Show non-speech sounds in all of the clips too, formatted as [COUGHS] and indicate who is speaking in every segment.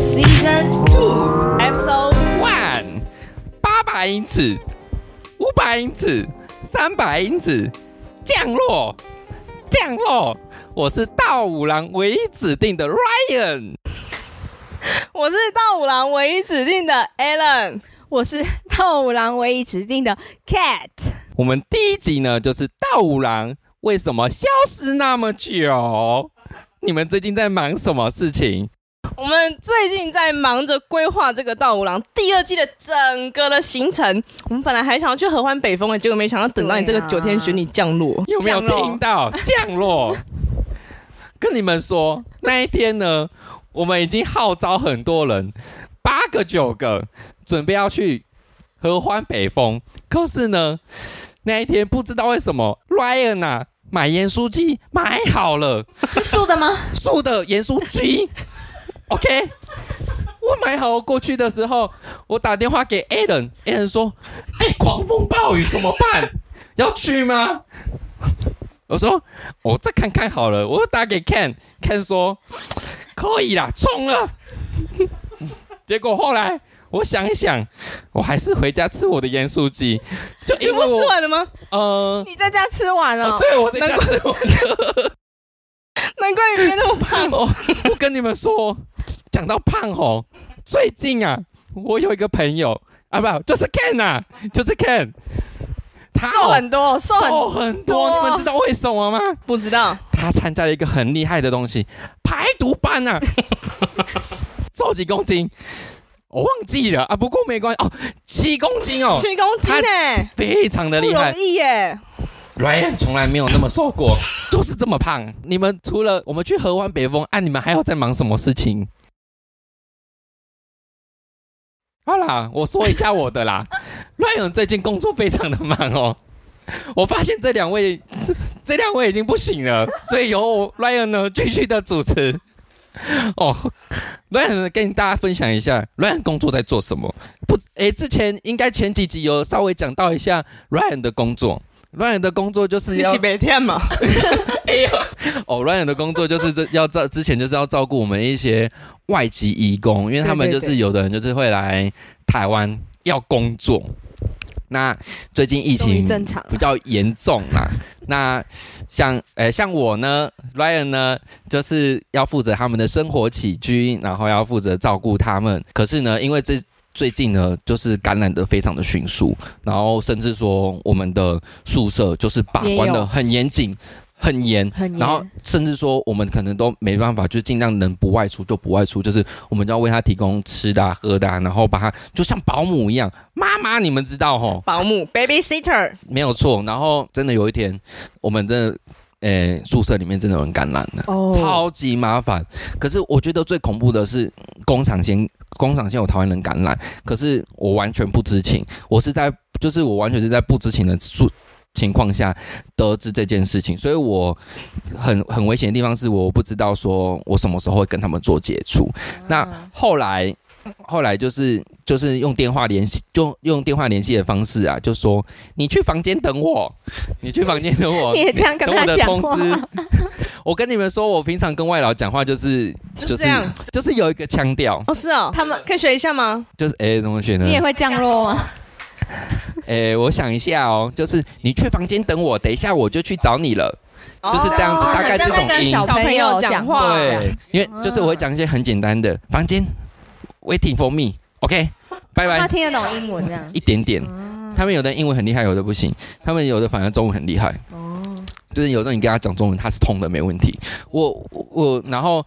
Speaker 1: and two,
Speaker 2: episode
Speaker 3: One，八百英尺，五百英尺，三百英尺，降落，降落。我是道五郎唯一指定的 Ryan。
Speaker 2: 我是道五郎唯一指定的 Alan，
Speaker 4: 我是道五郎唯一指定的 Cat。
Speaker 3: 我们第一集呢，就是道五郎为什么消失那么久？你们最近在忙什么事情？
Speaker 2: 我们最近在忙着规划这个道五郎第二季的整个的行程。我们本来还想要去合欢北峰的，结果没想到等到你这个
Speaker 4: 对啊
Speaker 2: 九天玄女降落。
Speaker 3: 有没有
Speaker 4: 降落 [LAUGHS]
Speaker 3: 听到降落？跟你们说，那一天呢，我们已经号召很多人，八个九个，准备要去合欢北峰。可是呢，那一天不知道为什么，Ryan 啊，买盐酥鸡买好了，
Speaker 4: 是素的吗？
Speaker 3: 素的盐酥
Speaker 2: [LAUGHS]
Speaker 3: 鸡，OK。我买好过去的时候，我打电话给 Alan，Alan 说：“哎、狂风暴雨怎么
Speaker 2: [LAUGHS]
Speaker 3: 办？要去吗？”我说：“我再看看好了。”我又打给 Ken，Ken 说：“可以啦，冲了。” [LAUGHS] 结果后来我想一想，我还是回家吃我的盐酥鸡，就
Speaker 2: 全
Speaker 3: 因
Speaker 2: 部
Speaker 3: 为
Speaker 2: 吃
Speaker 3: 我
Speaker 2: 完了吗？
Speaker 3: 呃，
Speaker 4: 你在家吃完哦了？
Speaker 3: 哦对我在家
Speaker 2: 难
Speaker 3: 吃我的。
Speaker 2: 难怪你变那么胖。
Speaker 3: 我我跟你们说，讲到胖吼，最近啊，我有一个朋友啊，不就是 Ken 啊，就是 Ken，他哦
Speaker 4: 瘦很多，瘦很
Speaker 3: 瘦很多，
Speaker 4: 多
Speaker 3: 你们知道为什么吗？
Speaker 2: 不知道，
Speaker 3: 他参加了一个很厉害的东西，排毒班啊， [LAUGHS] 瘦几公斤，我忘记了啊，不过没关系哦，七公斤哦，
Speaker 2: 七公斤
Speaker 3: 他
Speaker 2: 呢，
Speaker 3: 非常的
Speaker 2: 不
Speaker 3: 厉害
Speaker 2: 容。易耶。
Speaker 3: Ryan 从来没有那么瘦过，就是这么胖。你们除了我们去合湾北风，啊，你们还要在忙什么事情？好啦，我说一下我的啦。Ryan 最近工作非常的忙哦，我发现这两位， [LAUGHS] 这两位已经不行了，所以由我 Ryan 呢继续的主持。哦，Ryan 呢跟大家分享一下 Ryan 工作在做什么。不，诶，之前应该前几集有稍微讲到一下 Ryan 的工作。Ryan 的工作就是
Speaker 2: 你
Speaker 3: 要
Speaker 2: 是白天嘛？
Speaker 3: 哦，Ryan 的工作就是这要照之前就是要照顾我们一些外籍移工，因为他们
Speaker 4: 对
Speaker 3: 就
Speaker 4: 对
Speaker 3: 是有的人就是会来台湾要工作。那最近疫
Speaker 4: 终于
Speaker 3: 情
Speaker 4: 正常了
Speaker 3: 比较严重啦。那像诶、像我呢，Ryan 呢，就是要负责他们的生活起居，然后要负责照顾他们。可是呢，因为这最近呢，就是感染的非常的迅速，然后甚至说我们的宿舍就是把
Speaker 4: 也
Speaker 3: 关
Speaker 4: 有
Speaker 3: 的很严谨，很严，
Speaker 4: 很严
Speaker 3: 然后甚至说我们可能都没办法，就尽量能不外出就不外出，就是我们就要为他提供吃的、啊、喝的、啊，然后把他就像保姆一样，妈妈你们知道吼，
Speaker 2: 保姆 babysitter，
Speaker 3: 没有错。然后真的有一天，我们真的，诶、宿舍里面真的有人感染了。
Speaker 4: 哦，
Speaker 3: 超级麻烦。可是我觉得最恐怖的是工厂先，工厂先有台湾人感染，可是我完全不知情，我是在就是我完全是在不知情的数情况下得知这件事情，所以我很很危险的地方是我不知道说我什么时候会跟他们做接触。那后来。后来就是就是用电话联系，就用电话联系的方式啊，就说你去房间等我，你去房间等
Speaker 4: [LAUGHS]
Speaker 3: 我
Speaker 4: 你也这样跟
Speaker 3: 等我
Speaker 4: 他
Speaker 3: 的
Speaker 4: 讲
Speaker 3: 通
Speaker 4: 话，
Speaker 3: 知。我跟你们说，我平常跟外劳讲话就是
Speaker 2: 就是这样
Speaker 3: 就是有一个腔调，
Speaker 2: 哦，是哦，
Speaker 4: 他们
Speaker 2: 可以学一下吗？
Speaker 3: 就是哎、诶怎么学呢
Speaker 4: 你？也会降落吗？
Speaker 3: 哎、我想一下哦，就是你去房间等我，等一下我就去找你了。就是这样子
Speaker 2: 哦
Speaker 3: 大概
Speaker 4: 很像
Speaker 3: 这种
Speaker 4: 在跟
Speaker 3: 音
Speaker 4: 小朋友讲
Speaker 2: 哇
Speaker 4: 这样
Speaker 3: 对，因为就是
Speaker 4: 嗯
Speaker 3: 我会讲一些很简单的，房间，waiting for me，OK，、拜
Speaker 4: 他
Speaker 3: 拜，
Speaker 4: 听得懂英文这样。
Speaker 3: 一点点。
Speaker 4: 嗯
Speaker 3: 他们有的英文很厉害，有的不行，他们有的反而中文很厉害。
Speaker 4: 哦，
Speaker 3: 就是有时候你跟他讲中文，他是通的，没问题。我我我然后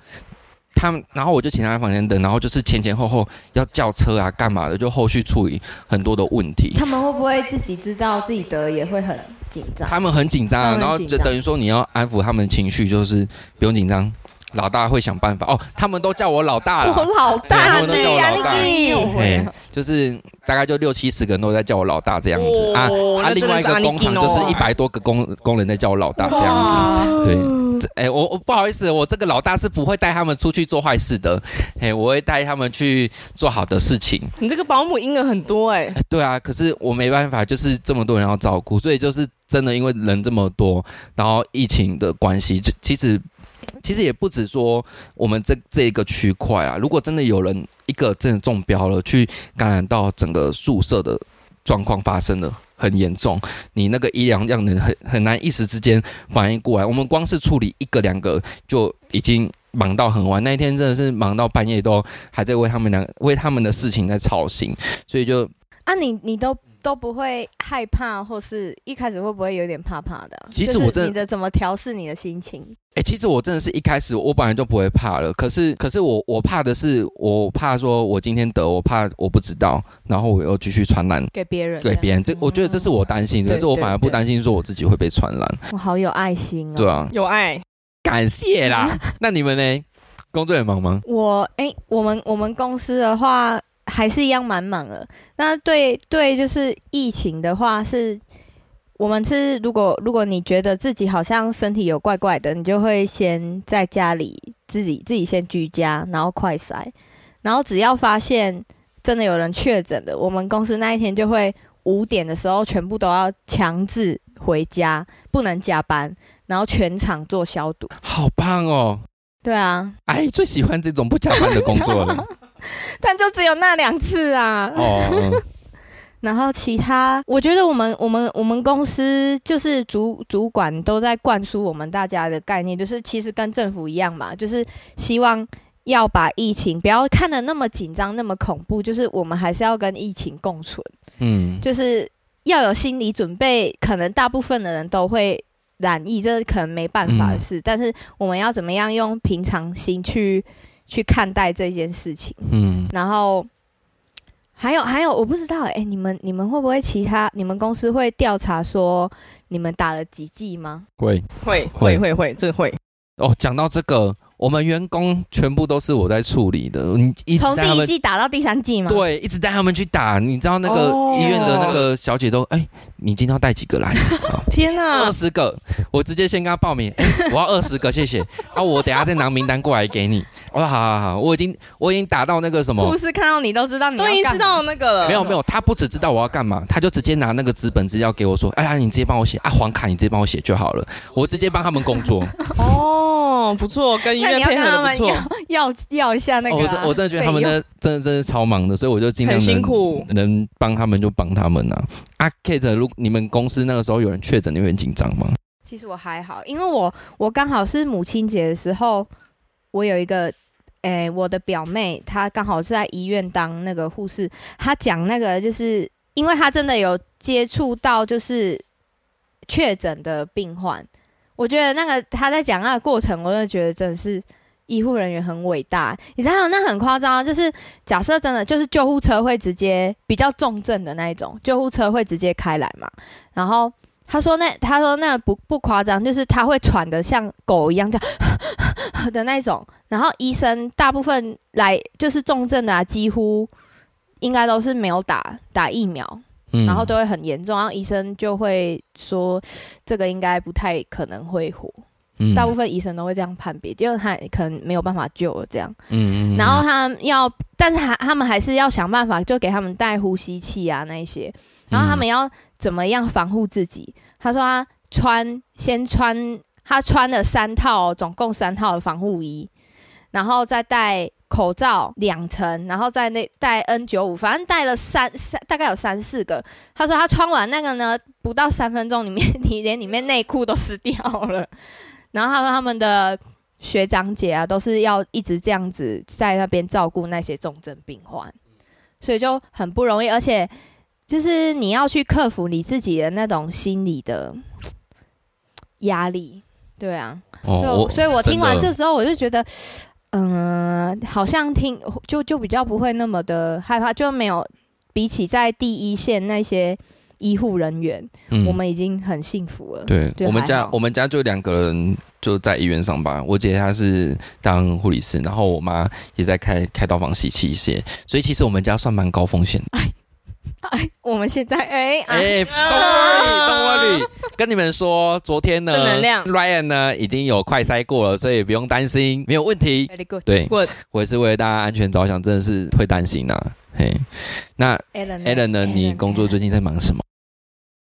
Speaker 3: 他们，然后我就请他在房间等，然后就是前前后后要叫车啊，干嘛的，就后续处理很多的问题。
Speaker 4: 他们会不会自己知道自己得也会很紧张？
Speaker 3: 他们很紧张啊，
Speaker 4: 他们
Speaker 3: 然后
Speaker 4: 紧
Speaker 3: 就
Speaker 4: 张
Speaker 3: 等于说你要安抚他们的情绪，就是不用紧张，老大会想办法。哦，他们都叫我老
Speaker 4: [LAUGHS]
Speaker 3: 大
Speaker 4: 我
Speaker 3: 了。
Speaker 4: 老大
Speaker 3: 啊对
Speaker 4: 力
Speaker 3: 我
Speaker 4: 呀，
Speaker 3: 都叫我老大
Speaker 4: 力又回
Speaker 3: 哎
Speaker 4: 了，
Speaker 3: 就是大概就六七十个人都在叫我老大这样子啊
Speaker 2: 哦啊
Speaker 3: 啊！
Speaker 2: 那真
Speaker 3: 另
Speaker 2: 的
Speaker 3: 外一
Speaker 2: 是哦
Speaker 3: 个
Speaker 2: 阿尼
Speaker 3: 工
Speaker 2: 基
Speaker 3: 厂
Speaker 2: 诺
Speaker 3: 就是一百多个工工人在叫我老大这样子。
Speaker 4: 哇
Speaker 3: 对，这哎、我我不好意思，我这个老大是不会带他们出去做坏事的，哎、我会带他们去做好的事情。
Speaker 2: 你这个保姆婴儿很多哎、
Speaker 3: 哎对啊，可是我没办法，就是这么多人要照顾，所以就是真的因为人这么多，然后疫情的关系，其其实其实也不止说我们这这一个区块啊，如果真的有人一个真的中标了，去感染到整个宿舍的状况发生了。很严重，你那个医疗量能很很难一时之间反应过来。我们光是处理一个两个就已经忙到很晚，那一天真的是忙到半夜都还在为他们两为他们的事情在操心，所以就
Speaker 4: 啊你，你都都不会害怕，或是一开始会不会有点怕怕的啊？
Speaker 3: 其实
Speaker 4: 就是
Speaker 3: 我真的
Speaker 4: 你的怎么调试你的心情？
Speaker 3: 哎、其实我真的是一开始我本来就不会怕了，可是可是我我怕的是，我怕说我今天得，我怕我不知道，然后我又继续传染
Speaker 4: 给别人，
Speaker 3: 给别人，这我觉得这是我担心的，
Speaker 4: 嗯对
Speaker 3: 可是我反而不担心说我自己会被传染，
Speaker 4: 我好有爱心哦。
Speaker 3: 对啊，
Speaker 2: 有爱，
Speaker 3: 感谢啦。
Speaker 4: 嗯
Speaker 3: [LAUGHS] 那你们呢？工作也忙吗？
Speaker 4: 我哎、我们我们公司的话还是一样满满的。那对对，就是疫情的话是，我们是如果如果你觉得自己好像身体有怪怪的，你就会先在家里自己自己先居家，然后快筛，然后只要发现真的有人确诊的，我们公司那一天就会五点的时候全部都要强制回家，不能加班，然后全场做消毒。
Speaker 3: 好棒哦！
Speaker 4: 对啊，
Speaker 3: 哎，最喜欢这种不加班的工
Speaker 4: [LAUGHS]
Speaker 3: 作了
Speaker 4: 但就只有那两次啊。
Speaker 3: 哦。嗯
Speaker 4: 然后其他，我觉得我们我们我们公司就是主主管都在灌输我们大家的概念，就是其实跟政府一样嘛，就是希望要把疫情不要看得那么紧张、那么恐怖，就是我们还是要跟疫情共存，
Speaker 3: 嗯，
Speaker 4: 就是要有心理准备，可能大部分的人都会。染疫这可能没办法的
Speaker 3: 嗯
Speaker 4: 事，但是我们要怎么样用平常心去去看待这件事情？
Speaker 3: 嗯，
Speaker 4: 然后还有还有，我不知道哎、诶你们你们会不会其他你们公司会调查说你们打了几剂吗？
Speaker 3: 会
Speaker 2: 会
Speaker 3: 会
Speaker 2: 会会会，这个会。
Speaker 3: 哦。讲到这个，我们员工全部都是我在处理的，你一直
Speaker 4: 从
Speaker 3: 带
Speaker 4: 第
Speaker 3: 他们
Speaker 4: 一剂打到第三剂吗？，
Speaker 3: 对，一直带他们去打，你知道那个
Speaker 4: 哦
Speaker 3: 医院的那个小姐都，哎、你今天要带几个来？
Speaker 4: [LAUGHS]
Speaker 3: 哦
Speaker 2: 天哪
Speaker 3: 二，
Speaker 4: 哦
Speaker 3: 十个，我直接先跟她报名，哎、我要二十个，谢谢。 [LAUGHS] 啊，我等下再拿名单过来给你。我说好好好，我已经我已经打到那个什么
Speaker 4: 护，士看到你都知道你要
Speaker 2: 都已经
Speaker 4: 干
Speaker 2: 知
Speaker 4: 嘛
Speaker 2: 道那个了，
Speaker 3: 没有没有，他不只知道我要干嘛，他就直接拿那个资本资料给我说，哎、呀，你直接帮我写啊，黄卡你直接帮我写就好了，我直接帮他们工作。
Speaker 2: 哦，不错，跟医
Speaker 4: 那
Speaker 2: 院
Speaker 4: 你要
Speaker 2: 配
Speaker 4: 跟
Speaker 2: 合
Speaker 4: 他
Speaker 2: 的不
Speaker 4: 们
Speaker 2: 错，
Speaker 4: 要要要一下那
Speaker 3: 哦我
Speaker 4: 个啊、
Speaker 3: 真我真的觉得他们
Speaker 4: 费用
Speaker 3: 的真的真的超忙的，所以我就尽量
Speaker 2: 很
Speaker 3: 能
Speaker 2: 辛苦。
Speaker 3: 能帮他们就帮他们啊。啊，Kate，如你们公司那个时候有人确诊，你会很紧张吗？
Speaker 4: 其实我还好，因为我我刚好是母亲节的时候，我有一个，诶、我的表妹她刚好是在医院当那个护士，她讲那个就是因为她真的有接触到就是确诊的病患，我觉得那个她在讲那个过程，我真的觉得真的是。医护人员很伟大，你知道那很夸张啊，就是假设真的就是救护车会直接比较重症的那一种，救护车会直接开来嘛，然后他说那他说那不不夸张，就是他会喘的像狗一样这样 [LAUGHS] 的那种。然后医生大部分来就是重症的、啊，几乎应该都是没有打打疫苗，
Speaker 3: 嗯，
Speaker 4: 然后都会很严重。然后医生就会说这个应该不太可能会活，
Speaker 3: 嗯
Speaker 4: 大部分医生都会这样判别，结果他可能没有办法救了这样。
Speaker 3: 嗯嗯嗯
Speaker 4: 然后他们要，但是还他们还是要想办法，就给他们带呼吸器啊那一些。然后他
Speaker 3: 嗯
Speaker 4: 们要怎么样防护自己？他说他穿先穿，他穿了三套哦，总共三套的防护衣，然后再戴口罩两层，然后再那戴 N 九五，反正戴了三三大概有三四个。他说他穿完那个呢，不到三分钟里面，你连里面内裤都湿掉了。然后他说他们的学长姐啊，都是要一直这样子在那边照顾那些重症病患，所以就很不容易，而且就是你要去克服你自己的那种心理的压力，对啊，
Speaker 3: 哦，
Speaker 4: 就
Speaker 3: 我
Speaker 4: 所以，我
Speaker 3: 真
Speaker 4: 听完
Speaker 3: 的
Speaker 4: 这时候，我就觉得，嗯、好像听就就比较不会那么的害怕，就没有比起在第一线那些医护人员，
Speaker 3: 嗯
Speaker 4: 我们已经很幸福了。 [LAUGHS]
Speaker 3: 对
Speaker 4: 对
Speaker 3: 我们
Speaker 4: 还
Speaker 3: 家
Speaker 4: 好
Speaker 3: 我们家就两个人就在医院上班，我姐她是当护理师，然后我妈也在开开刀房洗器械，所以其实我们家算蛮高风险的。
Speaker 4: 哎，我们现在哎、
Speaker 2: [LAUGHS]
Speaker 4: 啊
Speaker 3: 哎、动 worry，动 worry，跟你们说，昨天呢
Speaker 2: 正能量
Speaker 3: ，Ryan 呢已经有快筛过了，所以不用担心，没有问题。
Speaker 4: ，very good，
Speaker 3: 对
Speaker 2: Good，
Speaker 3: 我也是为了大家安全着想，真的是会担心呐、嘿，那
Speaker 4: a l a n
Speaker 2: 啊
Speaker 3: Alan 呢？你工作最近在忙什么？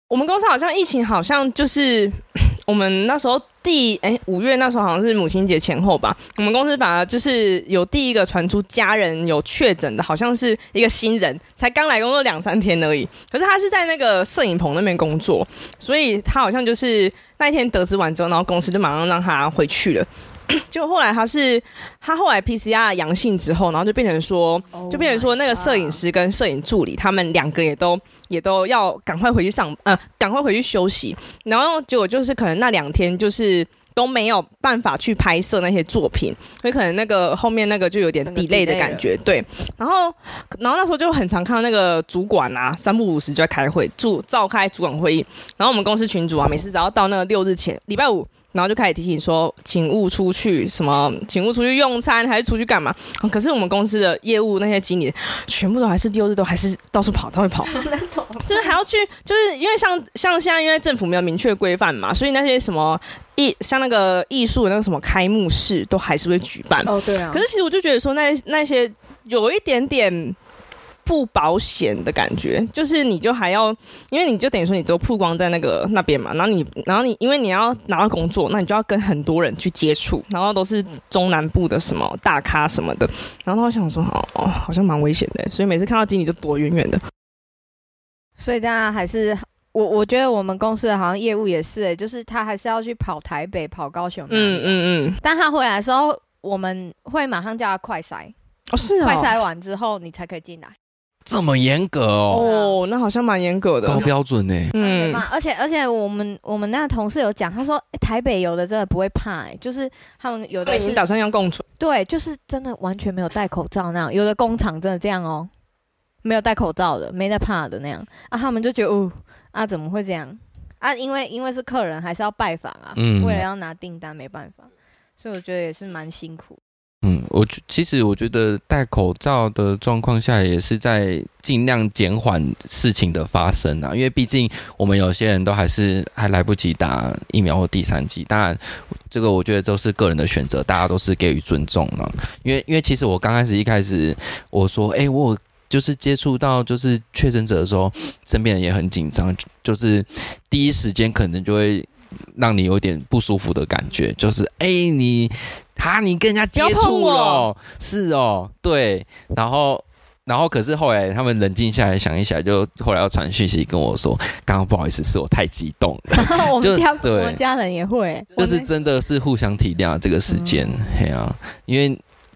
Speaker 2: 我们公司好像疫情好像就是。我们那时候第哎五月那时候好像是母亲节前后吧，我们公司把就是有第一个传出家人有确诊的，好像是一个新人，才刚来工作两三天而已。可是他是在那个摄影棚那边工作，所以他好像就是那一天得知完之后，然后公司就马上让他回去了。 [COUGHS] 就后来他是他后来 PCR 阳性之后，然后就变成说就变成说，那个摄
Speaker 4: 哦嗯
Speaker 2: 影师跟摄影助理他们两个也都也都要赶快回去上，呃，赶快回去休息。然后结果就是可能那两天就是都没有办法去拍摄那些作品，所以可能那个后面那个就有点
Speaker 4: 那个
Speaker 2: delay 的
Speaker 4: delay
Speaker 2: 感觉。对，然后然后那时候就很常看到那个主管啊，三不五时就在开会，主召开主管会议。然后我们公司群主啊，每次只要到那个六日前，礼拜五。然后就开始提醒说，请勿出去，什么请勿出去用餐，还是出去干嘛？ [LAUGHS] 啊可是我们公司的业务那些经理，全部都还是六日都还是到处跑，到处跑，
Speaker 5: 那种
Speaker 2: 就是还要去，就是因为像像现在因为政府没有明确规范嘛，所以那些什么艺像那个艺术的那个什么开幕式都还是会举办。
Speaker 4: 哦，对啊
Speaker 2: 可，是其实我就觉得说那那些有一点点。不保险的感觉，就是你就还要，因为你就等于说你都曝光在那个那边嘛，然后你，然后你，因为你要拿到工作，那你就要跟很多人去接触，然后都是中南部的什么大咖什么的，然后我想说，哦，哦好像蛮危险的，所以每次看到经理就躲远远的。
Speaker 4: 所以大家还是我，我觉得我们公司的好像业务也是、欸，就是他还是要去跑台北、跑高雄，
Speaker 2: 嗯
Speaker 4: 嗯，
Speaker 2: 嗯嗯，
Speaker 4: 但他回来的时候，我们会马上叫他快筛，
Speaker 2: 哦是
Speaker 4: 快
Speaker 2: 啊、
Speaker 4: 筛完之后你才可以进来，
Speaker 3: 这么严格哦，
Speaker 2: 哦，那好像蛮严格
Speaker 3: 高
Speaker 2: 的。
Speaker 3: 标准欸呢。
Speaker 4: 嗯
Speaker 2: 嗯，，
Speaker 4: 而且而且我们我们那同事有讲，他说、欸台北有的真的不会怕、欸，就是他们有
Speaker 2: 对，
Speaker 4: 的
Speaker 2: 已
Speaker 4: 是
Speaker 2: 经打算要共存。
Speaker 4: 对，就是真的完全没有戴口罩那样，有的工厂真的这样哦，没有戴口罩的，没在怕的那样啊，他们就觉得哦啊怎么会这样啊？因为因为是客人，还是要拜访啊，
Speaker 3: 嗯
Speaker 4: 为了要拿订单没办法，所以我觉得也是蛮辛苦。
Speaker 3: 嗯，我觉其实我觉得戴口罩的状况下，也是在尽量减缓事情的发生啊，因为毕竟我们有些人都还是还来不及打疫苗或第三剂，当然这个我觉得都是个人的选择，大家都是给予尊重了、因为因为其实我刚开始一开始我说，哎、我有就是接触到就是确诊者的时候，身边人也很紧张，就是第一时间可能就会。让你有点不舒服的感觉，就是哎、你哈，你跟人家接
Speaker 2: 不要碰
Speaker 3: 触
Speaker 2: 我
Speaker 3: 了，是哦，对，然后，然后可是后来他们冷静下来想一想，就后来要传讯息跟我说，刚刚不好意思，是我太激动了， [LAUGHS]
Speaker 4: 我
Speaker 3: 就
Speaker 4: 们家我
Speaker 3: 对
Speaker 4: 们家人也会、
Speaker 3: 就
Speaker 4: 我嗯
Speaker 3: 是
Speaker 4: 们
Speaker 3: 真的是互相体谅这个时间，嘿啊，因为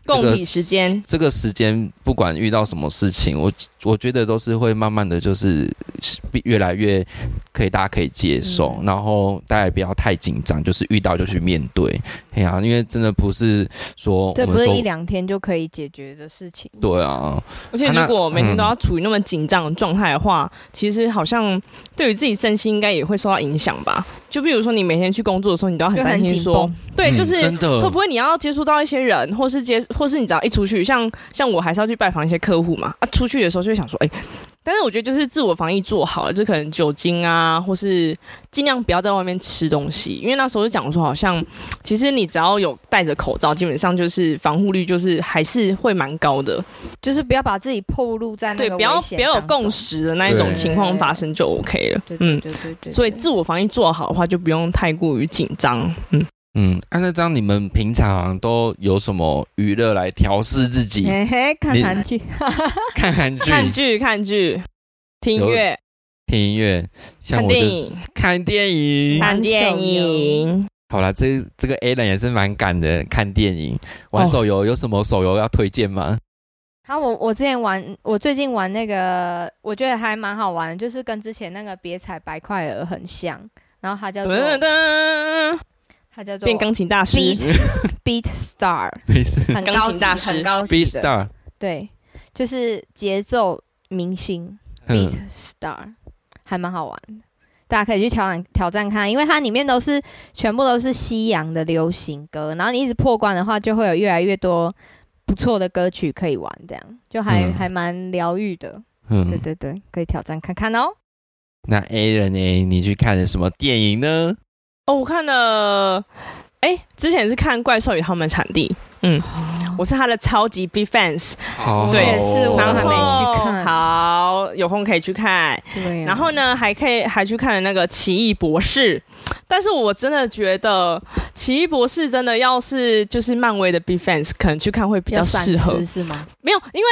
Speaker 3: 这
Speaker 2: 共
Speaker 3: 个
Speaker 2: 体时间，
Speaker 3: 这个时间不管遇到什么事情，我我觉得都是会慢慢的就是是越来越可以大家可以接受，
Speaker 4: 嗯
Speaker 3: 然后大家也不要太紧张，就是遇到就去面对，嘿啊，因为真的不是说
Speaker 4: 这
Speaker 3: 我
Speaker 4: 不
Speaker 3: 们
Speaker 4: 是
Speaker 3: 说
Speaker 4: 一两天就可以解决的事情。
Speaker 3: 对啊，嗯
Speaker 2: 而且如果每天都要处于那么紧张的状态的话，其实好像对于自己身心应该也会受到影响吧。就比如说你每天去工作的时候，你都要很
Speaker 4: 就
Speaker 2: 担
Speaker 4: 很
Speaker 2: 心
Speaker 4: 紧
Speaker 2: 说
Speaker 4: 绷，，
Speaker 2: 对，
Speaker 3: 嗯
Speaker 2: 就是
Speaker 3: 真的
Speaker 2: 会不会你要接触到一些人，或是接，或是你只要一出去，像像我还是要去拜访一些客户嘛，啊，出去的时候就会想说，哎、但是我觉得就是自我防疫做好了，就可能酒精啊，或是尽量不要在外面吃东西，因为那时候就讲说，好像其实你只要有戴着口罩，基本上就是防护率就是还是会蛮高的，
Speaker 4: 就是不要把自己暴露在那
Speaker 2: 对，
Speaker 4: 个
Speaker 2: 不
Speaker 4: 危
Speaker 2: 要不
Speaker 4: 险
Speaker 2: 要有
Speaker 4: 当中
Speaker 2: 共。识的那一种
Speaker 3: 对
Speaker 2: 情况发生就 OK 了
Speaker 4: 对，对
Speaker 2: 嗯，
Speaker 4: 对对对，
Speaker 2: 所以
Speaker 4: 对
Speaker 2: 自我防疫做好的话，就不用太过于紧张，嗯。
Speaker 3: 嗯，按照这样，你们平常都有什么娱乐来调试自己？
Speaker 4: 嘿嘿，看
Speaker 3: 你
Speaker 4: 韩剧，
Speaker 3: 看韩剧、
Speaker 2: 看剧、看剧、听音乐、
Speaker 3: 听音乐，像
Speaker 2: 看
Speaker 3: 我就
Speaker 2: 电
Speaker 3: 是
Speaker 2: 影、
Speaker 3: 看电影。
Speaker 4: 看
Speaker 2: 看电影。
Speaker 3: 好啦，这这个 Alan 也是蛮敢的，看电影、玩手游，有什么手游要推荐吗？ [LAUGHS]
Speaker 4: 好，我我之前玩，我最近玩那个，我觉得还蛮好玩，就是跟之前那个别踩白块鹅很像，然后它叫
Speaker 2: 噔
Speaker 4: 做
Speaker 2: 噔噔，
Speaker 4: 它叫做
Speaker 2: 变钢琴大师。
Speaker 4: Beat Beat
Speaker 2: [LAUGHS]
Speaker 4: Star，
Speaker 3: 没事
Speaker 4: 很
Speaker 2: 钢
Speaker 4: 高
Speaker 2: 琴
Speaker 4: 级，
Speaker 2: 大师
Speaker 4: 很高
Speaker 3: ，B
Speaker 4: 级的，
Speaker 3: Star，
Speaker 4: 对，就是节奏明星 Beat
Speaker 3: 嗯，
Speaker 4: Star，还蛮好玩的。大家可以去挑战挑战看，因为它里面都是全部都是西洋的流行歌，然后你一直破关的话，就会有越来越多不错的歌曲可以玩，这样就还、
Speaker 3: 嗯
Speaker 4: 还蛮疗愈的。对
Speaker 3: 嗯，
Speaker 4: 对对，可以挑战看看哦。
Speaker 3: 那 Alan 呢？你去看了什么电影呢？
Speaker 2: 哦，我看了，哎、之前是看《怪兽与他们的产地》，
Speaker 4: 哦
Speaker 2: 嗯，我是他的超级 big fans，
Speaker 3: 好
Speaker 2: 对
Speaker 4: 也是哦我都
Speaker 2: 然
Speaker 4: 还没
Speaker 3: 去。
Speaker 4: 去
Speaker 2: 后
Speaker 4: 看
Speaker 2: 好，有空可以去看。
Speaker 4: 对、啊
Speaker 2: 然后？呢，还可以还去看了那个《奇异博士》，但是我真的觉得奇异博士真的要是就是漫威的 Big Fans，可能去看会比较
Speaker 6: 要反
Speaker 2: 适合
Speaker 6: 思。是吗？
Speaker 2: 没有，因为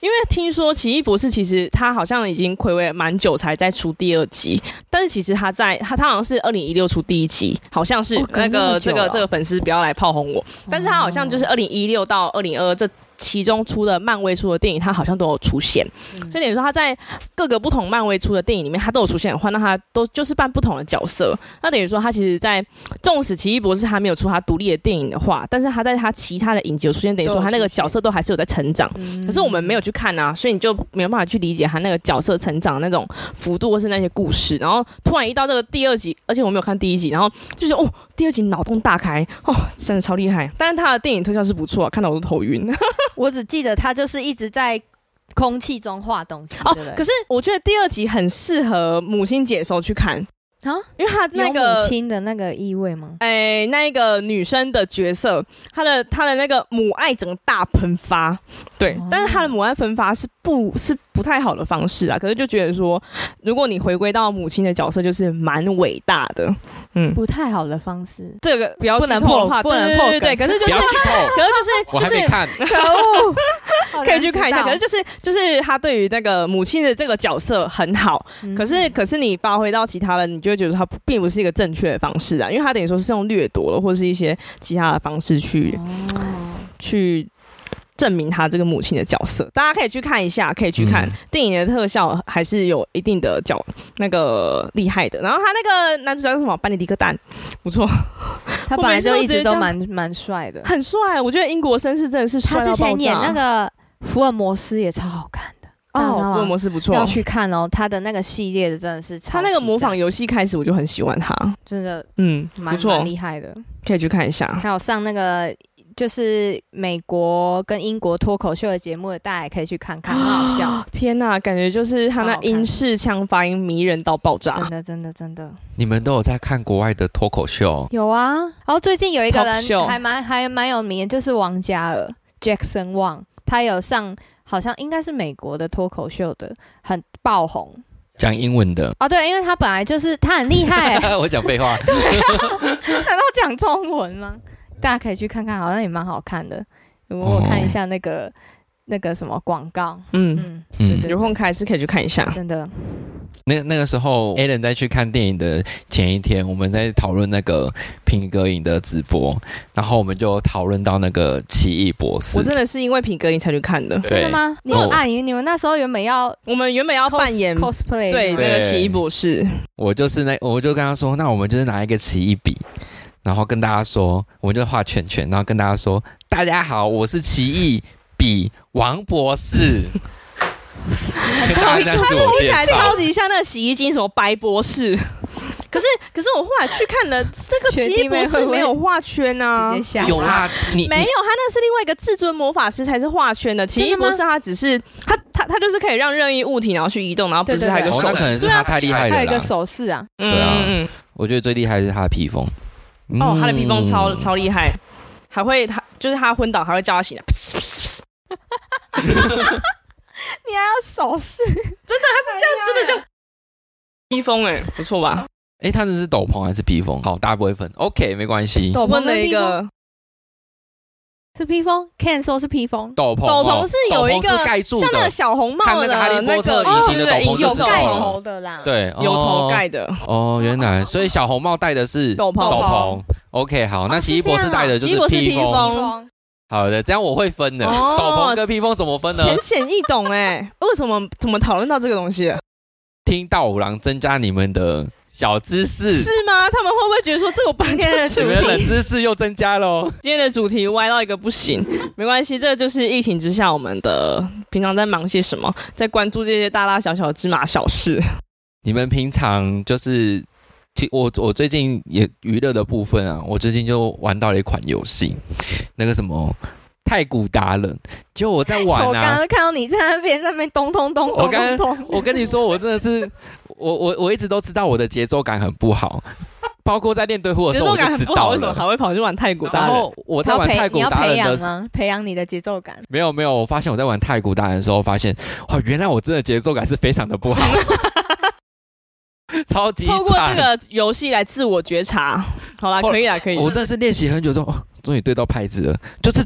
Speaker 2: 因为听说奇异博士其实他好像已经暌违蛮久才再出第二集，但是其实他在他他好像是二零一六出第一集，好像是
Speaker 6: 哦隔
Speaker 2: 那啊
Speaker 6: 那
Speaker 2: 个、
Speaker 6: 么久
Speaker 2: 这个
Speaker 6: 了
Speaker 2: 这个粉丝不要来炮轰我，但是他好像就是二零一六到二零二这。其中出的漫威出的电影，他好像都有出现，所以等于说他在各个不同漫威出的电影里面，他都有出现的话，那他都就是扮不同的角色。那等于说他其实在，纵使奇异博士他没有出他独立的电影的话，但是他在他其他的影集有出现，等于说他那个角色都还是有在成长。
Speaker 4: 嗯
Speaker 2: 可是我们没有去看啊，所以你就没有办法去理解他那个角色成长那种幅度或是那些故事。然后突然一到这个第二集，而且我没有看第一集，然后就是哦，第二集脑洞大开哦，真的超厉害。但是他的电影特效是不错、啊，看到我都头晕。 [LAUGHS]
Speaker 4: 我只记得他就是一直在空气中画东西，
Speaker 2: 哦
Speaker 4: 对不，对
Speaker 2: 可是我觉得第二集很适合母亲节的时候去看
Speaker 4: 啊，
Speaker 2: 因为他那
Speaker 4: 有母
Speaker 2: 个。
Speaker 4: 亲的那个意味吗？
Speaker 2: 哎、那一个女生的角色，她的她的那个母爱整个大喷发，对，
Speaker 4: 哦
Speaker 2: 但是她的母爱喷发是不是不太好的方式啊？可是就觉得说，如果你回归到母亲的角色，就是蛮伟大的，嗯，
Speaker 4: 不太好的方式，
Speaker 2: 这个不要
Speaker 4: 不能
Speaker 2: 剧透的
Speaker 4: 破
Speaker 2: 话，
Speaker 4: 不能
Speaker 2: 对对对
Speaker 4: 破
Speaker 2: 对，可是就
Speaker 3: 不
Speaker 2: 是
Speaker 3: 要剧透，
Speaker 2: 可是
Speaker 3: [LAUGHS] 我
Speaker 2: 就
Speaker 3: 还
Speaker 2: 是就
Speaker 3: 没
Speaker 2: 是
Speaker 3: 看。
Speaker 4: 可恶！
Speaker 2: 可以去看一下，可是
Speaker 4: 就
Speaker 2: 就是就是他对于那个母亲的这个角色很好，
Speaker 4: 嗯
Speaker 2: 可是可是你发挥到其他人，你就会觉得他并不是一个正确的方式啊，因为他等于说是用掠夺了或是一些其他的方式去
Speaker 4: 嗯哦
Speaker 2: 去证明他这个母亲的角色。大家可以去看一下，可以去看、
Speaker 3: 嗯
Speaker 2: 电影的特效还是有一定的角那个厉害的。然后他那个男主角是什么？班尼迪克蛋，不错，
Speaker 4: 他
Speaker 2: 我
Speaker 4: 本来
Speaker 2: 每次
Speaker 4: 就
Speaker 2: 都
Speaker 4: 一
Speaker 2: 直
Speaker 4: 直
Speaker 2: 接
Speaker 4: 都
Speaker 2: 这样
Speaker 4: 蛮蛮帅的。
Speaker 2: [LAUGHS] 很帅。我觉得英国绅士真的是帅
Speaker 4: 他
Speaker 2: 到
Speaker 4: 之前
Speaker 2: 爆炸
Speaker 4: 演那个福尔摩斯也超好看的，大家
Speaker 2: 哦，
Speaker 4: 吗
Speaker 2: 福尔摩斯不错
Speaker 4: 要。去看哦。他的那个系列的真的是超
Speaker 2: 他那个
Speaker 4: 级
Speaker 2: 模
Speaker 4: 赞
Speaker 2: 仿游戏开始我就很喜欢他，
Speaker 4: 真的
Speaker 2: 嗯，不
Speaker 4: 蛮
Speaker 2: 错
Speaker 4: 蛮，厉害的，
Speaker 2: 可以去看一下。
Speaker 4: 还有上那个。就是美国跟英国脱口秀的节目，大家也可以去看看，很好笑，
Speaker 2: 天呐、感觉就是他
Speaker 4: 超
Speaker 2: 那
Speaker 4: 好看
Speaker 2: 英式腔发音迷人到爆炸
Speaker 4: 真。的，真的，真的。
Speaker 3: 你们都有在看国外的脱口秀？
Speaker 4: 有啊，然后最近有一个
Speaker 2: Talk show
Speaker 4: 人还蛮还蛮有名的，就是王嘉尔 Jackson Wang，他有上好像应该是美国的脱口秀的，很爆红，
Speaker 3: 讲英文的
Speaker 4: 哦。对，因为他本来就是他很厉害、欸， [LAUGHS]
Speaker 3: [LAUGHS] 我讲废话。
Speaker 4: 难道讲中文吗？大家可以去看看，好像也蛮好看的。如果我看
Speaker 2: 哦
Speaker 4: 一下那个、那个什么广告，
Speaker 2: 嗯，
Speaker 4: 嗯，
Speaker 3: 嗯，
Speaker 4: 对
Speaker 2: 有空开是可以去看一下。
Speaker 4: 真的
Speaker 3: 那那个时候 a l a n 在去看电影的前一天，我们在讨论那个平歌影的直播，然后我们就讨论到那个奇异博士
Speaker 2: 我。真的是因为品格音才去看的。
Speaker 4: 真
Speaker 3: 对
Speaker 4: 的吗？你
Speaker 3: 哦
Speaker 4: 们啊，你你们那时候原本要
Speaker 2: 我们原本要
Speaker 4: cos,
Speaker 2: 扮演
Speaker 4: cosplay，
Speaker 2: 对
Speaker 4: 吗
Speaker 2: 那个奇异博士，
Speaker 3: 我就是那，我就跟他说，那我们就是拿一个奇异笔，然后跟大家说，我们就画圈圈，然后跟大家说，大家好，我是奇异笔王博士。跟大家自我
Speaker 2: 听
Speaker 3: 介
Speaker 2: 起来
Speaker 3: 绍
Speaker 2: 超，级像那个洗衣精什么白博士。 [LAUGHS] 可是可是我后来去看了，这个
Speaker 4: 学
Speaker 2: 奇
Speaker 4: 弟
Speaker 2: 异博
Speaker 4: 妹会
Speaker 2: 士
Speaker 4: 不会
Speaker 2: 没有画圈啊
Speaker 4: 直接。下
Speaker 3: 有啦，你啊
Speaker 2: 没有，他那是另外一个至尊魔法师才是画圈的，奇异博士他只是他他他就是可以让任意物体然后去移动，然后不是
Speaker 4: 对对
Speaker 2: 还有
Speaker 4: 对
Speaker 2: 个
Speaker 3: 哦，
Speaker 2: 手
Speaker 3: 那可能是他太厉害
Speaker 4: 还有
Speaker 3: 了
Speaker 4: 一
Speaker 3: 啦
Speaker 4: 个。手势啊，
Speaker 2: 嗯
Speaker 3: 对啊
Speaker 2: 嗯
Speaker 3: 我觉得最厉害的是他的披风。
Speaker 2: 嗯哦，他的披风超
Speaker 3: 嗯
Speaker 2: 超厉害，还会他就是他昏倒还会叫他醒来，
Speaker 4: [LAUGHS] 你还要手
Speaker 2: [LAUGHS]
Speaker 4: 势，哎
Speaker 2: 真的叫披风哎，不错吧？
Speaker 3: 哎，他那是斗篷还是披风？好，大家不会分。OK，没关系。
Speaker 4: 斗
Speaker 2: 问
Speaker 4: 篷
Speaker 2: 了
Speaker 4: 跟
Speaker 2: 一
Speaker 4: 披风
Speaker 2: 个
Speaker 4: 是披风，Can 说是披风，
Speaker 3: 斗篷哦，
Speaker 2: 斗篷是有一个
Speaker 3: 斗篷是盖住
Speaker 2: 像那个
Speaker 3: 的，
Speaker 2: 小红帽
Speaker 3: 看
Speaker 2: 的
Speaker 3: 那个哈利波特
Speaker 2: 那个哦
Speaker 3: 隐形的
Speaker 2: 对对
Speaker 3: 斗篷
Speaker 2: 对
Speaker 3: 是
Speaker 4: 有
Speaker 3: 什么哦
Speaker 4: 盖
Speaker 2: 隐形
Speaker 4: 头的啦。，
Speaker 3: 对，
Speaker 2: 有头
Speaker 3: 哦
Speaker 2: 盖的。
Speaker 3: 哦，原来，所以小红帽戴的是
Speaker 2: 斗篷
Speaker 3: 斗篷。OK，好，那
Speaker 4: 哦
Speaker 3: 奇
Speaker 4: 是
Speaker 3: 异
Speaker 4: 这
Speaker 3: 博士
Speaker 4: 样
Speaker 3: 戴的就
Speaker 2: 奇异
Speaker 3: 是
Speaker 2: 博士披
Speaker 3: 风。
Speaker 2: 风
Speaker 4: 披风
Speaker 3: 好的，这样我会分的。斗
Speaker 2: 哦
Speaker 3: 篷跟披风怎么分呢？
Speaker 2: 浅显易懂哎、为什么怎么讨论到这个东西了？
Speaker 3: 听到五郎增加你们的小知识，
Speaker 2: 是吗？他们会不会觉得说这个本来
Speaker 4: 今天
Speaker 2: 就
Speaker 4: 的
Speaker 2: 是
Speaker 3: 你
Speaker 2: 主
Speaker 3: 们的冷
Speaker 2: 题？
Speaker 3: 知识又增加喽。
Speaker 2: [LAUGHS] 今天的主题歪到一个不行，没关系，这就是疫情之下我们的平常在忙些什么，在关注这些大大小小的芝麻小事。
Speaker 3: 你们平常就是，其我我最近也娱乐的部分啊，我最近就玩到了一款游戏，那个什么太古达人，就我在玩
Speaker 4: 我刚
Speaker 3: 啊。
Speaker 4: 刚看到你在那边那边咚咚咚
Speaker 3: 我
Speaker 4: 咚
Speaker 3: 刚
Speaker 4: 咚咚，
Speaker 3: 我跟你说，我真的是，我我我一直都知道我的节奏感很不好，包括在练对呼的
Speaker 2: 节
Speaker 3: 时候
Speaker 2: 奏
Speaker 3: 我
Speaker 2: 感
Speaker 3: 就
Speaker 2: 很
Speaker 3: 知
Speaker 2: 不好，
Speaker 3: 道
Speaker 2: 为什么还
Speaker 3: 了。
Speaker 2: 会跑去玩泰国
Speaker 3: 然
Speaker 2: 达人？
Speaker 3: 后我在
Speaker 4: 他
Speaker 3: 玩
Speaker 4: 培
Speaker 3: 太古
Speaker 4: 你要
Speaker 3: 达
Speaker 4: 培
Speaker 3: 人的
Speaker 4: 养
Speaker 3: 时
Speaker 4: 吗？培养你的节奏感。
Speaker 3: 没有没有，我发现我在玩太古
Speaker 2: [LAUGHS]
Speaker 3: 达人的时候，发现哇，原来我真的节奏感是非常的不好，超级
Speaker 2: 透过这
Speaker 3: 惨。
Speaker 2: 个游戏来自我觉察。好啦，
Speaker 3: 后
Speaker 2: 可以啦，可以。
Speaker 3: 我真的是练习很久之后，哦终于对到拍子了。就是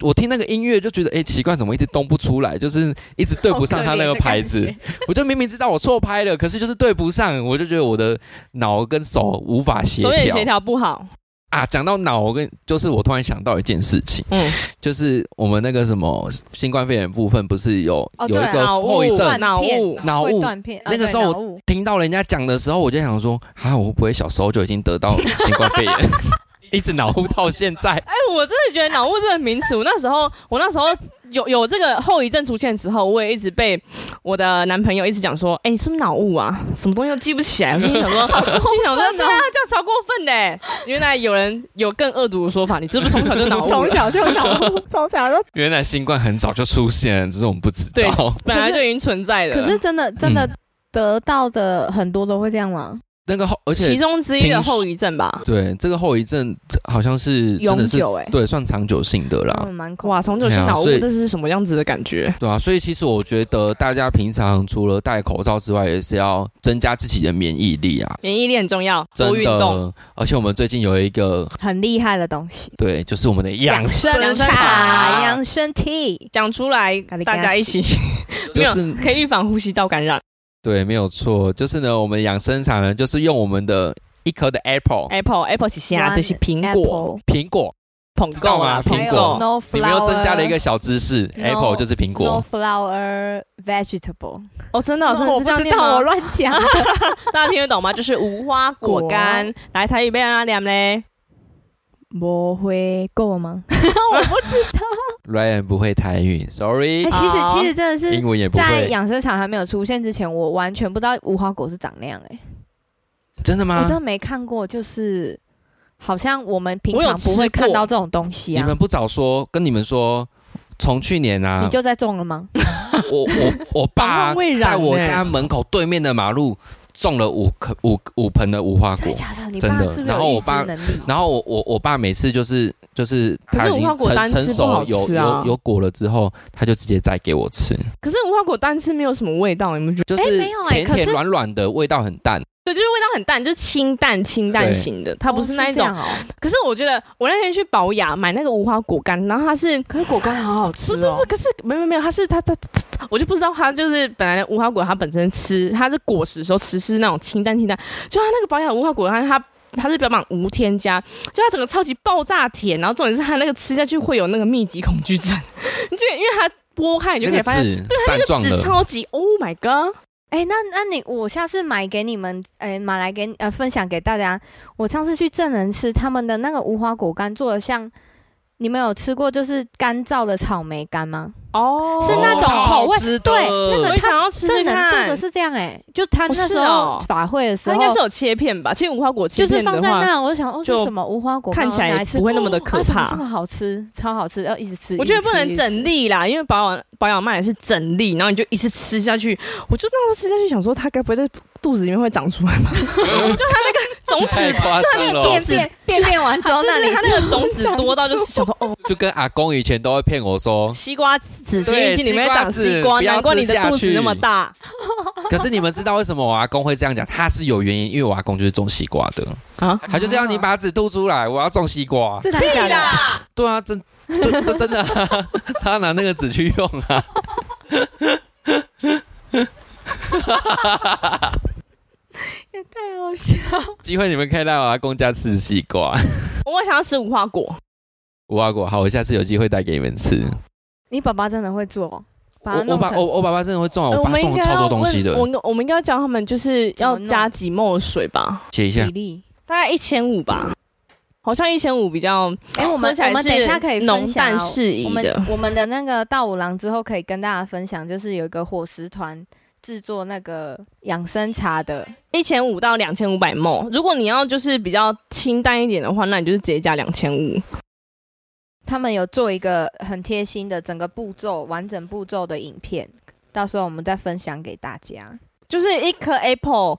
Speaker 3: 我听那个音乐就觉得，哎、奇怪，怎么一直动不出来？就是一直对不上他那个拍
Speaker 2: 好可
Speaker 3: 子
Speaker 2: 怜的。
Speaker 3: 我就明明知道我错拍了，可是就是对不上，我就觉得我的脑跟手无法协
Speaker 2: 手眼
Speaker 3: 调
Speaker 2: 协调不好。
Speaker 3: 啊。讲到脑，我跟就是我突然想到一件事情，
Speaker 2: 嗯，
Speaker 3: 就是我们那个什么新冠肺炎部分，不是有、
Speaker 4: 哦
Speaker 3: 有
Speaker 4: 对
Speaker 3: 一
Speaker 4: 啊
Speaker 3: 个
Speaker 2: 脑雾
Speaker 3: 后遗症
Speaker 4: 断
Speaker 2: 脑
Speaker 4: 片
Speaker 2: 雾
Speaker 3: 脑
Speaker 4: 会
Speaker 3: 雾
Speaker 4: 断片。啊
Speaker 3: 那个时候我
Speaker 4: 我
Speaker 3: 听到人家讲的时候，我就想说，啊，我会不会小时候就已经得到新冠肺炎， [LAUGHS] 一直脑雾到现在？ [LAUGHS]
Speaker 2: 哎、 [LAUGHS] 我真的觉得脑雾这个名词，我那时候，我那时候有有这个后遗症出现之后，我也一直被我的男朋友一直讲说，哎、你是不是脑雾啊？什么东西都记不起来。我心里想说，心里想说，对啊，这样超过分的欸。原来有人有更恶毒的说法，你是不是从小就脑
Speaker 4: [LAUGHS]
Speaker 2: 雾？
Speaker 4: 从小就脑雾，从小就。
Speaker 3: 原来新冠很早就出现了，只是我们不知
Speaker 2: 对
Speaker 3: 道。
Speaker 2: 本来就已经存在的。
Speaker 4: 可是真的真
Speaker 3: 嗯
Speaker 4: 的得到的很多都会这样吗？
Speaker 3: 那个后，而
Speaker 2: 其
Speaker 3: 且
Speaker 2: 中之一的后遗症吧。
Speaker 3: 对这个后遗症好像是真
Speaker 4: 永
Speaker 3: 的是
Speaker 4: 久哎，
Speaker 3: 对算长久性的啦，
Speaker 4: 嗯，蛮恐怖
Speaker 2: 哇，从久性脑雾，
Speaker 3: 对啊所以
Speaker 2: 这是什么样子的感觉？
Speaker 3: 对啊，所以其实我觉得大家平常除了戴口罩之外，也是要增加自己的免疫力啊。
Speaker 2: 免疫力很重要，多
Speaker 3: 真
Speaker 2: 运动。
Speaker 3: 的，而且我们最近有一个
Speaker 4: 很厉害的东西。
Speaker 3: 对，就是我们的养生
Speaker 2: 养
Speaker 4: 茶、
Speaker 2: 生茶
Speaker 4: 养生 tea，
Speaker 2: 讲出来，
Speaker 4: 咖喱
Speaker 2: 大家一起， [LAUGHS]
Speaker 3: 就
Speaker 2: 没有
Speaker 3: 是
Speaker 2: 可以预防呼吸道感染。
Speaker 3: 对，没有错，就是呢，我们养生茶呢，就是用我们的一颗的 apple
Speaker 4: 哎
Speaker 2: Apple Apple 旗下
Speaker 4: One
Speaker 2: 啊就是苹果，
Speaker 3: 苹果，
Speaker 2: 捧
Speaker 3: 知道
Speaker 2: 够
Speaker 3: 吗
Speaker 2: 啊，
Speaker 3: 苹
Speaker 2: 捧
Speaker 4: 还
Speaker 3: 果
Speaker 4: 有
Speaker 2: 够。
Speaker 4: no flower，
Speaker 3: 你们又增加了一个小知识
Speaker 4: No
Speaker 3: ，apple 就是苹
Speaker 4: no
Speaker 3: 果。
Speaker 4: flower vegetable。
Speaker 2: 哦，真的哦，真的
Speaker 4: 我不
Speaker 2: 是这样
Speaker 4: 知
Speaker 2: 念
Speaker 4: 道，我
Speaker 2: 吗？
Speaker 4: 乱讲。
Speaker 2: 大家听得懂吗？就是无花果干，来台语被阿念嘞。
Speaker 3: [LAUGHS]
Speaker 4: 不会够吗？
Speaker 3: Ryan 不会台语，sorry，
Speaker 4: 哎，其实
Speaker 2: 好
Speaker 4: 其实真的
Speaker 3: 英
Speaker 4: 是
Speaker 3: 文也不
Speaker 4: 在
Speaker 3: 会，
Speaker 4: 养生场还没有出现之前，我完全不知道无花果是长那样哎、
Speaker 3: 真的
Speaker 4: 我
Speaker 3: 吗
Speaker 4: 真？的没看过，就是好像我们平
Speaker 2: 我有
Speaker 4: 常不
Speaker 2: 吃
Speaker 4: 会看
Speaker 2: 过
Speaker 4: 到这种东西
Speaker 3: 你
Speaker 4: 啊。
Speaker 3: 们不早说，跟你们说，从去年
Speaker 4: 你
Speaker 3: 啊，
Speaker 4: 就在种了吗？
Speaker 3: 我我我
Speaker 2: 防
Speaker 3: 爸
Speaker 2: 患未然
Speaker 3: 在我
Speaker 2: 呢
Speaker 3: 家门口对面的马路种了五棵五五盆的无花
Speaker 4: 真
Speaker 3: 果
Speaker 4: 的，假的？你
Speaker 3: 真
Speaker 4: 爸
Speaker 3: 的
Speaker 4: 是不是
Speaker 3: 然后
Speaker 4: 有
Speaker 3: 我
Speaker 4: 预知
Speaker 3: 爸
Speaker 4: 能力？
Speaker 3: 然后我我我爸每次就是就是
Speaker 2: 可
Speaker 3: 他
Speaker 2: 是
Speaker 3: 已
Speaker 2: 无花
Speaker 3: 经
Speaker 2: 果
Speaker 3: 成
Speaker 2: 单吃
Speaker 3: 成
Speaker 2: 不
Speaker 3: 熟
Speaker 2: 好
Speaker 3: 有
Speaker 2: 吃啊
Speaker 3: 有有果了之后，他就直接摘给我吃，
Speaker 2: 可是无花果单吃没有什么味道，你们觉得？
Speaker 3: 就是
Speaker 4: 哎没有哎
Speaker 3: 甜
Speaker 4: 可
Speaker 3: 甜
Speaker 4: 是
Speaker 3: 软软的，味道很淡。
Speaker 2: 对，就是味道很淡，就是清淡清淡型的，它不是
Speaker 4: 哦
Speaker 2: 那一
Speaker 4: 这
Speaker 2: 种。
Speaker 4: 样哦。
Speaker 2: 可是我觉得我那天去保雅买那个无花果干，然后它是。
Speaker 4: 可是果干好好吃哦。
Speaker 2: 可是没有没有没有，它是它它它它我就不知道它就是本来的无花果，它本身吃它是果实的时候吃是那种清淡清淡，就它那个保养无花果它它。它是标榜无添加，就它整个超级爆炸甜，然后重点是它那个吃下去会有那个密集恐惧症，你就因为它剥开你就
Speaker 3: 那
Speaker 2: 可以
Speaker 3: 个
Speaker 2: 发现，啊
Speaker 3: 籽散状
Speaker 4: [LAUGHS]
Speaker 2: 籽
Speaker 3: 了，
Speaker 2: 超级 Oh my God！
Speaker 4: 哎、那那你我下次买给你们，哎、买来给你呃分享给大家。我上次去正人吃他们的那个无花果干，做的像你们有吃过就是干燥的草莓干吗？
Speaker 2: 哦
Speaker 4: 是那种口味对
Speaker 3: 对
Speaker 2: 我也想要吃
Speaker 4: 正
Speaker 2: 吃
Speaker 4: 人做
Speaker 2: 看
Speaker 4: 的，是这样哎、就他
Speaker 2: 哦
Speaker 4: 那
Speaker 2: 是
Speaker 4: 时候
Speaker 2: 哦
Speaker 4: 法会的时
Speaker 2: 它
Speaker 4: 候，
Speaker 2: 应该是有切片吧？其实无花果切
Speaker 4: 就是
Speaker 2: 片的
Speaker 4: 放在
Speaker 2: 话，
Speaker 4: 那，我就想，哦，这
Speaker 2: 就是
Speaker 4: 什么无花果干，
Speaker 2: 看起来
Speaker 4: 我拿吃
Speaker 2: 不会那么的
Speaker 4: 哦
Speaker 2: 可
Speaker 4: 啊怎么
Speaker 2: 怕
Speaker 4: 这么好吃，超好吃，要一直吃。
Speaker 2: 我觉得
Speaker 4: 一直
Speaker 2: 不
Speaker 4: 吃
Speaker 2: 能整。粒啦，因为保养保养麦也是整粒，然后你就一次吃下去。我就那时候吃下去，想说它该不会在肚子里面会长出来吧？就它那个种
Speaker 3: 太
Speaker 2: 子，
Speaker 3: 夸张
Speaker 4: 一直
Speaker 3: 了
Speaker 4: 吃变，
Speaker 2: [LAUGHS]
Speaker 4: 变变变完之后，哦那
Speaker 2: 对
Speaker 4: 里
Speaker 2: 对，它那个种子多
Speaker 4: [LAUGHS]
Speaker 2: 到就是想说，哦，
Speaker 3: 就跟阿公以前都会骗我说，
Speaker 2: 西瓜籽
Speaker 3: 对
Speaker 2: 心里面会长西
Speaker 3: 西瓜
Speaker 2: 瓜，
Speaker 3: 籽
Speaker 2: 难怪你的肚子那么大。
Speaker 3: 可是你们知道为什么我阿公会这样讲？他是有原因，因为我阿公就是种西瓜的
Speaker 2: 啊
Speaker 3: 啊，他就是要你把籽吐出来，我要种西瓜。
Speaker 4: [LAUGHS] 真的假的？
Speaker 3: 对啊，这这这真的 [LAUGHS] 啊、他拿那个纸去用啊。
Speaker 4: 太好笑！
Speaker 3: 机会你们可以来我阿公家吃西瓜，
Speaker 2: 我想要吃无花果，
Speaker 3: 无花果。好，我下次有机会带给你们吃。
Speaker 4: 你爸爸真的会做，哦把它
Speaker 3: 我我
Speaker 4: 弄
Speaker 3: 爸我
Speaker 4: 成
Speaker 3: 我爸爸真的会种啊，我
Speaker 2: 呃
Speaker 3: 爸
Speaker 2: 们
Speaker 3: 种
Speaker 2: 应
Speaker 3: 了
Speaker 2: 该
Speaker 3: 超
Speaker 2: 要
Speaker 3: 多东西的
Speaker 2: 问。我们我们应该要教他们，就是要
Speaker 4: 怎么弄
Speaker 2: 加几沫水吧，
Speaker 3: 写一
Speaker 4: 比
Speaker 3: 下，
Speaker 4: 例。
Speaker 2: 大概一千五吧，好像一千五比较。
Speaker 4: 哎，我们
Speaker 2: 喝起来
Speaker 4: 我们
Speaker 2: 是
Speaker 4: 等一下可以分
Speaker 2: 浓
Speaker 4: 享啊
Speaker 2: 淡适宜
Speaker 4: 我们
Speaker 2: 的。
Speaker 4: 我们的那个到五郎之后可以跟大家分享，就是有一个伙食团制作那个养生茶的，
Speaker 2: 一千五到两千五百梦，如果你要就是比较清淡一点的话，那你就是直接加两千五。
Speaker 4: 他们有做一个很贴心的整个步骤完整步骤的影片，到时候我们再分享给大家。
Speaker 2: 就是一颗 apple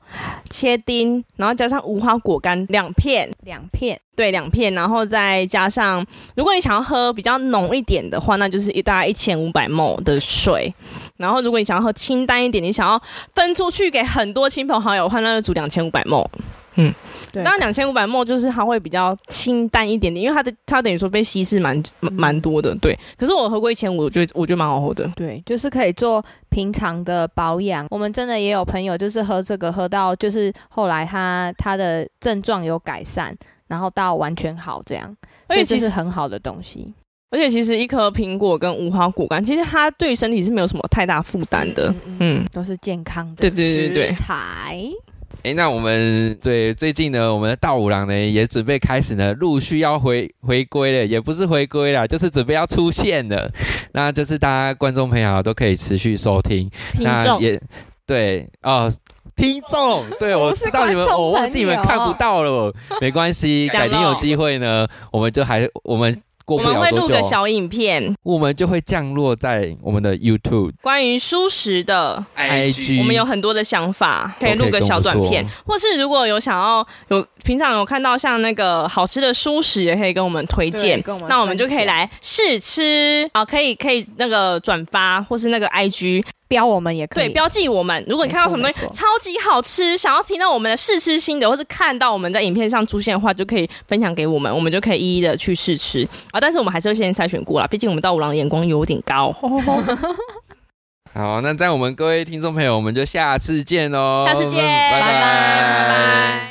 Speaker 2: 切丁，然后加上无花果干两片，
Speaker 4: 两片，
Speaker 2: 对，两片，然后再加上，如果你想要喝比较浓一点的话，那就是一大概一千五百 ml 的水。然后，如果你想要喝清淡一点，你想要分出去给很多亲朋好友的话，那就煮两千五百 ml。嗯，
Speaker 4: 对
Speaker 2: 那两千五百 ml 就是它会比较清淡一点点，因为它的它等于说被稀释蛮蛮蛮多的。对，可是我喝过一千五，我觉得我觉得蛮好喝的。
Speaker 4: 对，就是可以做平常的保养。我们真的也有朋友就是喝这个，喝到就是后来他他的症状有改善，然后到完全好这样，所
Speaker 2: 而且
Speaker 4: 以这
Speaker 2: 其
Speaker 4: 是
Speaker 2: 实
Speaker 4: 很好的东西。
Speaker 2: 而且其实一颗苹果跟无花果干，其实它对身体是没有什么太大负担的。
Speaker 4: 嗯嗯，
Speaker 2: 嗯，
Speaker 4: 都是健康的
Speaker 2: 对对对对
Speaker 4: 食材。
Speaker 3: 哎，那我们对最近呢，我们的大五郎呢也准备开始呢，陆续要回回归了，也不是回归啦，就是准备要出现了。那就是大家观众朋友都可以持续收听，
Speaker 2: 听
Speaker 3: 那
Speaker 2: 众
Speaker 3: 也对哦。听
Speaker 2: [LAUGHS]
Speaker 3: 众，对我
Speaker 4: 不是
Speaker 3: 知道你们，
Speaker 4: 观众
Speaker 3: 我忘记你们
Speaker 4: 朋友
Speaker 3: 看不到了，没关系，
Speaker 2: 讲
Speaker 3: 改天有
Speaker 2: 咯
Speaker 3: 机会呢，我们就还我们过
Speaker 2: 我
Speaker 3: 不
Speaker 2: 们
Speaker 3: 了
Speaker 2: 会
Speaker 3: 多
Speaker 2: 录
Speaker 3: 久，哦
Speaker 2: 个小影片，
Speaker 3: 我们就会降落在我们的 YouTube、
Speaker 2: 关于舒适的，
Speaker 3: IG，
Speaker 2: 我们有很多的想法，可以录个小短片，或是如果有想要有平常有看到像那个好吃的舒适，也可以跟我们推荐
Speaker 4: 对跟我。们
Speaker 2: 那我们就可以
Speaker 4: 分享
Speaker 2: 来试吃啊，可以可以那个转发或是那个 IG，
Speaker 4: 标我们也可以，
Speaker 2: 对，标记我们。如果你看到什么东西
Speaker 4: 没错没
Speaker 2: 超级好吃，想要听到我们的试吃心得，或是看到我们在影片上出现的话，就可以分享给我们，我们就可以一一的去试吃啊。但是我们还是会先筛选过啦，毕竟我们到五郎眼光有点高。
Speaker 4: 哦
Speaker 3: 好，那在我们各位听众朋友，我们就下次见喽，哦
Speaker 2: 下次见
Speaker 3: 拜
Speaker 2: 拜
Speaker 4: 拜
Speaker 2: 拜。